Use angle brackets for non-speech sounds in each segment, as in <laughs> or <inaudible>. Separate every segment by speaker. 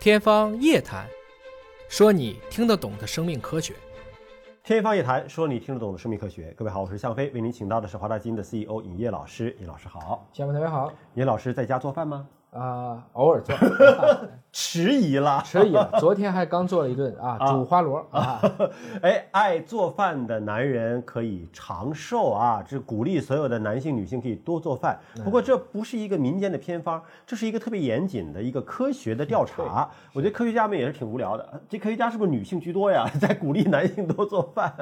Speaker 1: 天方夜谭，说你听得懂的生命科学。
Speaker 2: 天方夜谭，说你听得懂的生命科学。各位好，我是向飞，为您请到的是华大基因的 CEO 尹烨老师。尹老师好，
Speaker 3: 节目同学好
Speaker 2: 尹老师在家做饭吗？
Speaker 3: 啊、
Speaker 2: <laughs>
Speaker 3: 偶尔做，啊
Speaker 2: 迟疑了。 <laughs>
Speaker 3: 可以了。昨天还刚做了一顿啊，煮花螺啊，
Speaker 2: 哎，爱做饭的男人可以长寿啊！这鼓励所有的男性、女性可以多做饭。不过这不是一个民间的偏方，这是一个特别严谨的一个科学的调查。我觉得科学家们也是挺无聊的，这科学家是不是女性居多呀？ <laughs> 在鼓励男性多做饭，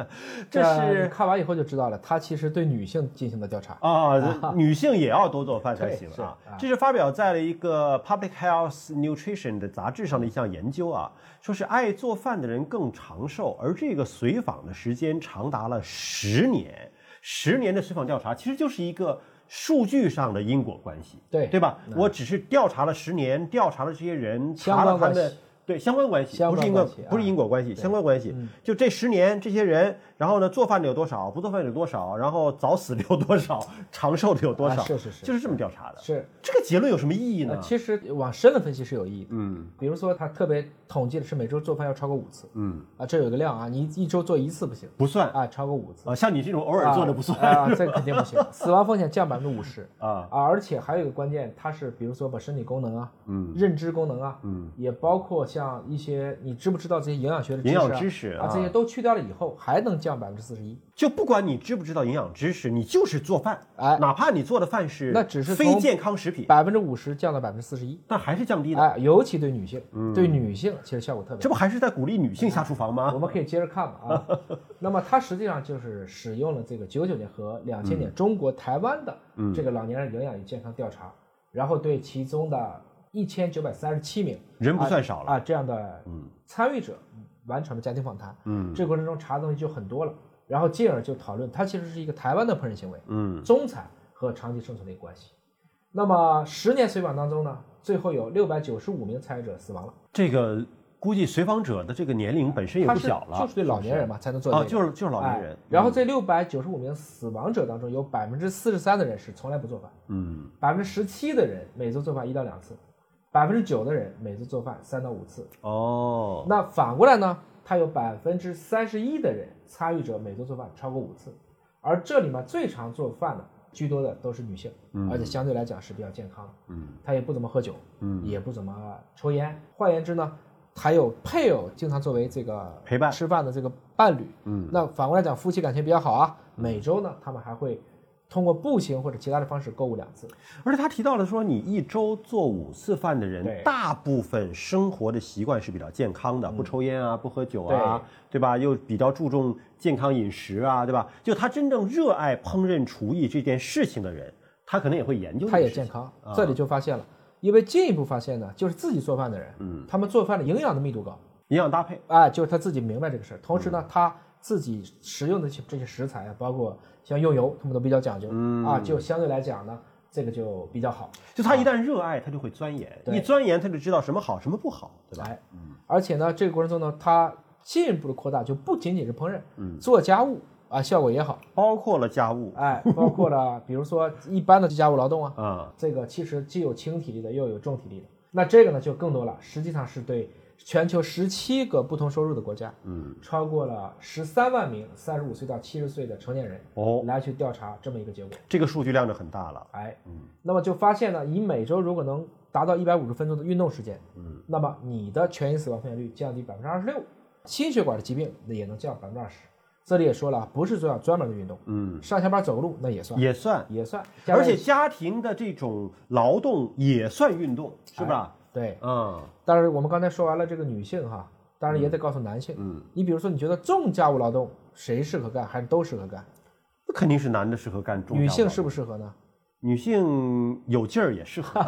Speaker 2: 这
Speaker 3: 你
Speaker 2: 是
Speaker 3: 看完以后就知道了，他其实对女性进行的调查。
Speaker 2: 啊，女性也要多做饭才行
Speaker 3: 对
Speaker 2: 啊
Speaker 3: 是啊。
Speaker 2: 这是发表在了一个《Public Health Nutrition》的杂志上的一项研究啊，说是爱做饭的人更长寿，而这个随访的时间长达了十年。十年的随访调查其实就是一个数据上的因果关系，
Speaker 3: 对
Speaker 2: 对吧？我只是调查了十年，调查了这些人，
Speaker 3: 相
Speaker 2: 查了
Speaker 3: 关关
Speaker 2: 他们
Speaker 3: 系
Speaker 2: 对相关关系，
Speaker 3: 相
Speaker 2: 不是
Speaker 3: 关
Speaker 2: 因果
Speaker 3: 关系，啊嗯
Speaker 2: 不是因果关系，相关关系。就这十年，这些人，然后呢，做饭的有多少，不做饭的有多少，然后早死的有多少，长寿的有多少，
Speaker 3: 啊是是是
Speaker 2: 就是这么调查的。
Speaker 3: 是，
Speaker 2: 这个结论有什么意义
Speaker 3: 呃
Speaker 2: 呢？
Speaker 3: 其实往深了分析是有意义的。
Speaker 2: 嗯
Speaker 3: 比如说，他特别统计的是每周做饭要超过五次
Speaker 2: 嗯，
Speaker 3: 啊，这有一个量啊，你一周做一次不行
Speaker 2: 不算
Speaker 3: 啊，超过五次。
Speaker 2: 啊，像你这种偶尔做的不算
Speaker 3: 啊，啊这肯定不行，死亡风险降百分之五十
Speaker 2: 啊。
Speaker 3: 啊，而且还有一个关键，它是比如说把身体功能啊，
Speaker 2: 嗯，
Speaker 3: 认知功能啊，
Speaker 2: 嗯，
Speaker 3: 也包括像一些你知不知道这些营养学的知识、啊、
Speaker 2: 营养知识啊
Speaker 3: 啊，这些都去掉了以后，还能降百分之四十一，
Speaker 2: 就不管你知不知道营养知识，你就是做饭，
Speaker 3: 哎
Speaker 2: 哪怕你做的饭是
Speaker 3: 那只是
Speaker 2: 非
Speaker 3: 从
Speaker 2: 健康食品，
Speaker 3: 百分之五十降到百分之四十一，
Speaker 2: 但还是降低的。嗯
Speaker 3: 哎，尤其对女性，对女性其实效果特别
Speaker 2: 这
Speaker 3: 好。
Speaker 2: 不还是在鼓励女性下厨房吗？
Speaker 3: 我们可以接着看嘛啊，
Speaker 2: <laughs>
Speaker 3: 那么它实际上就是使用了这个九九年和两千
Speaker 2: 嗯
Speaker 3: 年中国台湾的这个老年人营养与健康调查，然后对其中的一千九百三十七名
Speaker 2: 人不算少了。
Speaker 3: 啊这样的参与者完成了家庭访谈，
Speaker 2: 嗯
Speaker 3: 这个过程中查的东西就很多了，然后进而就讨论它其实是一个台湾的烹饪行为，
Speaker 2: 嗯，
Speaker 3: 中产和长期生存的一个关系。那么十年随访当中呢，最后有六百九十五名参与者死亡了，
Speaker 2: 这个估计随访者的这个年龄本身也
Speaker 3: 他
Speaker 2: 不
Speaker 3: 是
Speaker 2: 小了，
Speaker 3: 就是对老年人嘛才能做这
Speaker 2: 啊，
Speaker 3: 个
Speaker 2: 就是就是老年人嗯
Speaker 3: 哎。然后这六百九十五名死亡者当中，有百分之四十三的人是从来不做饭，
Speaker 2: 嗯，
Speaker 3: 百分之十七的人每周做饭一到两次，百分之九的人每周做饭三到五次。
Speaker 2: 哦，
Speaker 3: 那反过来呢，他有百分之三十一的人参与者每周做饭超过五次，而这里面最常做饭的居多的都是女性，而且相对来讲是比较健康的，
Speaker 2: 嗯，
Speaker 3: 她也不怎么喝酒，
Speaker 2: 嗯，
Speaker 3: 也不怎么抽烟。换言之呢，还有配偶经常作为这个
Speaker 2: 陪伴
Speaker 3: 吃饭的这个伴侣，
Speaker 2: 嗯，
Speaker 3: 那反过来讲，夫妻感情比较好啊，每周呢他们还会通过步行或者其他的方式购物两次，
Speaker 2: 而且他提到了说，你一周做五次饭的人
Speaker 3: 对，
Speaker 2: 大部分生活的习惯是比较健康的，不
Speaker 3: 嗯
Speaker 2: 抽烟啊，不喝酒啊，对吧？又比较注重健康饮食啊，对吧？就他真正热爱烹饪厨艺这件事情的人，他可能也会研究这
Speaker 3: 他
Speaker 2: 个
Speaker 3: 也
Speaker 2: 事情啊
Speaker 3: 健康。这里就发现了，因为进一步发现呢，就是自己做饭的人，嗯，他们做饭的营养的密度高。
Speaker 2: 营养搭配。
Speaker 3: 啊，就是他自己明白这个事儿。同时
Speaker 2: 嗯
Speaker 3: 呢，他自己食用的这些这些食材啊，包括像用油，他们都比较讲究、
Speaker 2: 嗯
Speaker 3: 啊，就相对来讲呢，这个就比较好。
Speaker 2: 就他一旦热爱，他就会钻研，
Speaker 3: 啊对
Speaker 2: 一钻研他就知道什么好，什么不好，对吧？嗯
Speaker 3: 哎，而且呢，这个过程中呢，他进一步的扩大，就不仅仅是烹饪，
Speaker 2: 嗯
Speaker 3: 做家务啊，效果也好。
Speaker 2: 包括了家务 <laughs>
Speaker 3: 哎，包括了比如说一般的家务劳动啊，
Speaker 2: 啊，
Speaker 3: 这个其实既有轻体力的，又有重体力的。那这个呢就更多了，实际上是对全球十七个不同收入的国家，
Speaker 2: 嗯，
Speaker 3: 超过了十三万名三十五岁到七十岁的成年人
Speaker 2: 哦，
Speaker 3: 来去调查这么一个结果。
Speaker 2: 这个数据量就很大了。
Speaker 3: 哎，那么就发现呢，你每周如果能达到一百五十分钟的运动时间，嗯，那么你的全因死亡风险率降低百分之二十六，心血管的疾病也能降百分之二十。这里也说了，啊不是说要专门的运动，
Speaker 2: 嗯，
Speaker 3: 上下班走个路那也算，
Speaker 2: 也算，
Speaker 3: 也算，加
Speaker 2: 而
Speaker 3: 上
Speaker 2: 且家庭的这种劳动也算运动，
Speaker 3: 哎
Speaker 2: 是吧？
Speaker 3: 对。
Speaker 2: 嗯，
Speaker 3: 当然，我们刚才说完了这个女性哈，当然也得告诉男性，
Speaker 2: 嗯，
Speaker 3: 你比如说，你觉得重家务劳动谁适合干，还是都适合干？
Speaker 2: 那肯定是男的适合干重。
Speaker 3: 女性适不适合呢？ <laughs>
Speaker 2: 女性有劲儿也适合，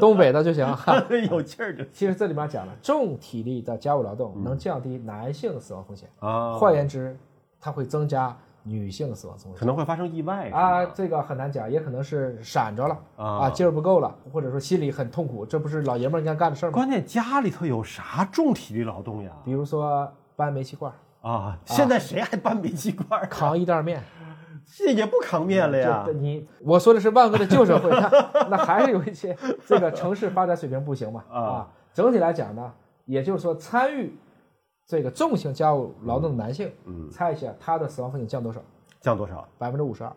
Speaker 3: 东北的就行。 <laughs>
Speaker 2: 有劲儿就
Speaker 3: 其实这里面讲了，重体力的家务劳动
Speaker 2: 嗯
Speaker 3: 能降低男性死亡风险，
Speaker 2: 啊，
Speaker 3: 换言之，它会增加女性的死亡风险。
Speaker 2: 可能会发生意外是
Speaker 3: 啊，
Speaker 2: 吧
Speaker 3: 这个很难讲，也可能是闪着了
Speaker 2: 啊
Speaker 3: 啊，劲儿不够了，或者说心里很痛苦，这不是老爷们儿应该干的事儿吗？
Speaker 2: 关键家里头有啥重体力劳动呀？
Speaker 3: 比如说搬煤气罐儿、
Speaker 2: 啊，现在谁还搬煤气罐儿？
Speaker 3: 扛一袋儿面，
Speaker 2: 这也不扛面了呀
Speaker 3: 这。你我 <laughs> 说的是万恶的旧社会，那那还是有一些这个城市发展水平不行嘛啊，整体来讲呢，也就是说参与这个重型家务劳动的男性，
Speaker 2: 嗯，
Speaker 3: 猜一下他的死亡风险降多少？
Speaker 2: 降多少？
Speaker 3: 百分之五十二，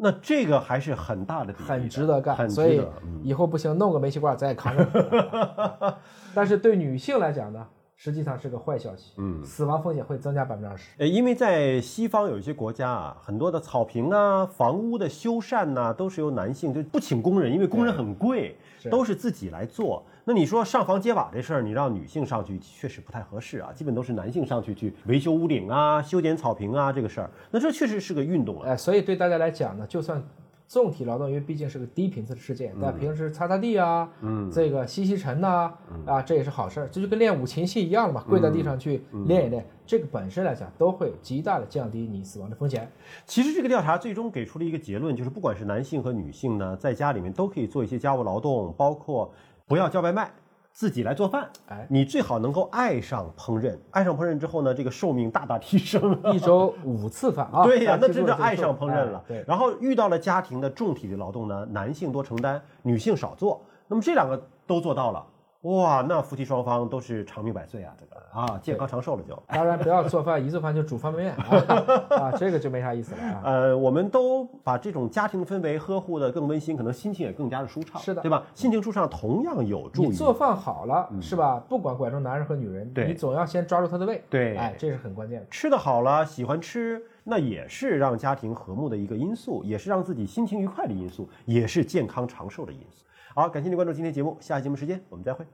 Speaker 2: 那这个还是很大的比例的，
Speaker 3: 很值得干。
Speaker 2: 很值
Speaker 3: 所以
Speaker 2: 得。嗯
Speaker 3: 以后不行，弄个煤气罐咱也扛着。
Speaker 2: <laughs>
Speaker 3: 但是对女性来讲呢，实际上是个坏消息，
Speaker 2: 嗯
Speaker 3: 死亡风险会增加百分之二十。
Speaker 2: 呃，因为在西方有一些国家啊，很多的草坪啊、房屋的修缮呐、都是由男性就不请工人，因为工人很贵，
Speaker 3: 是
Speaker 2: 都是自己来做。那你说上房揭瓦这事儿，你让女性上去确实不太合适啊，基本都是男性上去去维修屋顶啊、修剪草坪啊这个事儿。那这确实是个运动啊，
Speaker 3: 哎，所以对大家来讲呢，就算重体劳动，因为毕竟是个低频次的事件，但平时擦擦地啊，
Speaker 2: 嗯，
Speaker 3: 这个吸吸尘呐、啊，这也是好事儿。这就跟练五禽戏一样了嘛，跪在地上去
Speaker 2: 嗯
Speaker 3: 练一练，这个本身来讲都会极大的降低你死亡的风
Speaker 2: <laughs>
Speaker 3: 险。
Speaker 2: 其实这个调查最终给出了一个结论，就是不管是男性和女性呢，在家里面都可以做一些家务劳动，包括不要叫外卖，自己来做饭。
Speaker 3: 哎
Speaker 2: 你最好能够爱上烹饪，爱上烹饪之后呢，这个寿命大大提升。
Speaker 3: 一周五次饭啊，
Speaker 2: <laughs> 对呀、
Speaker 3: 大家
Speaker 2: 那
Speaker 3: 记
Speaker 2: 真
Speaker 3: 住
Speaker 2: 正
Speaker 3: 了这个
Speaker 2: 爱上
Speaker 3: 数
Speaker 2: 烹饪了
Speaker 3: 哎。对，
Speaker 2: 然后遇到了家庭的重体力劳动呢，男性多承担，女性少做。那么这两个都做到了，哇，那夫妻双方都是长命百岁啊，这个啊，健康长寿了就。
Speaker 3: 当然不要做饭，一做饭就煮方便面啊 <laughs> 啊，这个就没啥意思了
Speaker 2: <laughs>
Speaker 3: 啊。
Speaker 2: 呃，我们都把这种家庭氛围呵护的更温馨，可能心情也更加的舒畅，
Speaker 3: 是的
Speaker 2: 对吧？心情舒畅同样有助
Speaker 3: 你
Speaker 2: 于
Speaker 3: 做饭好了是吧？不管管中男人和女人，
Speaker 2: 嗯对
Speaker 3: 你总要先抓住他的胃，
Speaker 2: 对
Speaker 3: 哎，这是很关键的。
Speaker 2: 吃的好了，喜欢吃，那也是让家庭和睦的一个因素，也是让自己心情愉快的因素，也是健康长寿的因素。好，感谢您关注今天节目，下期节目时间我们再会。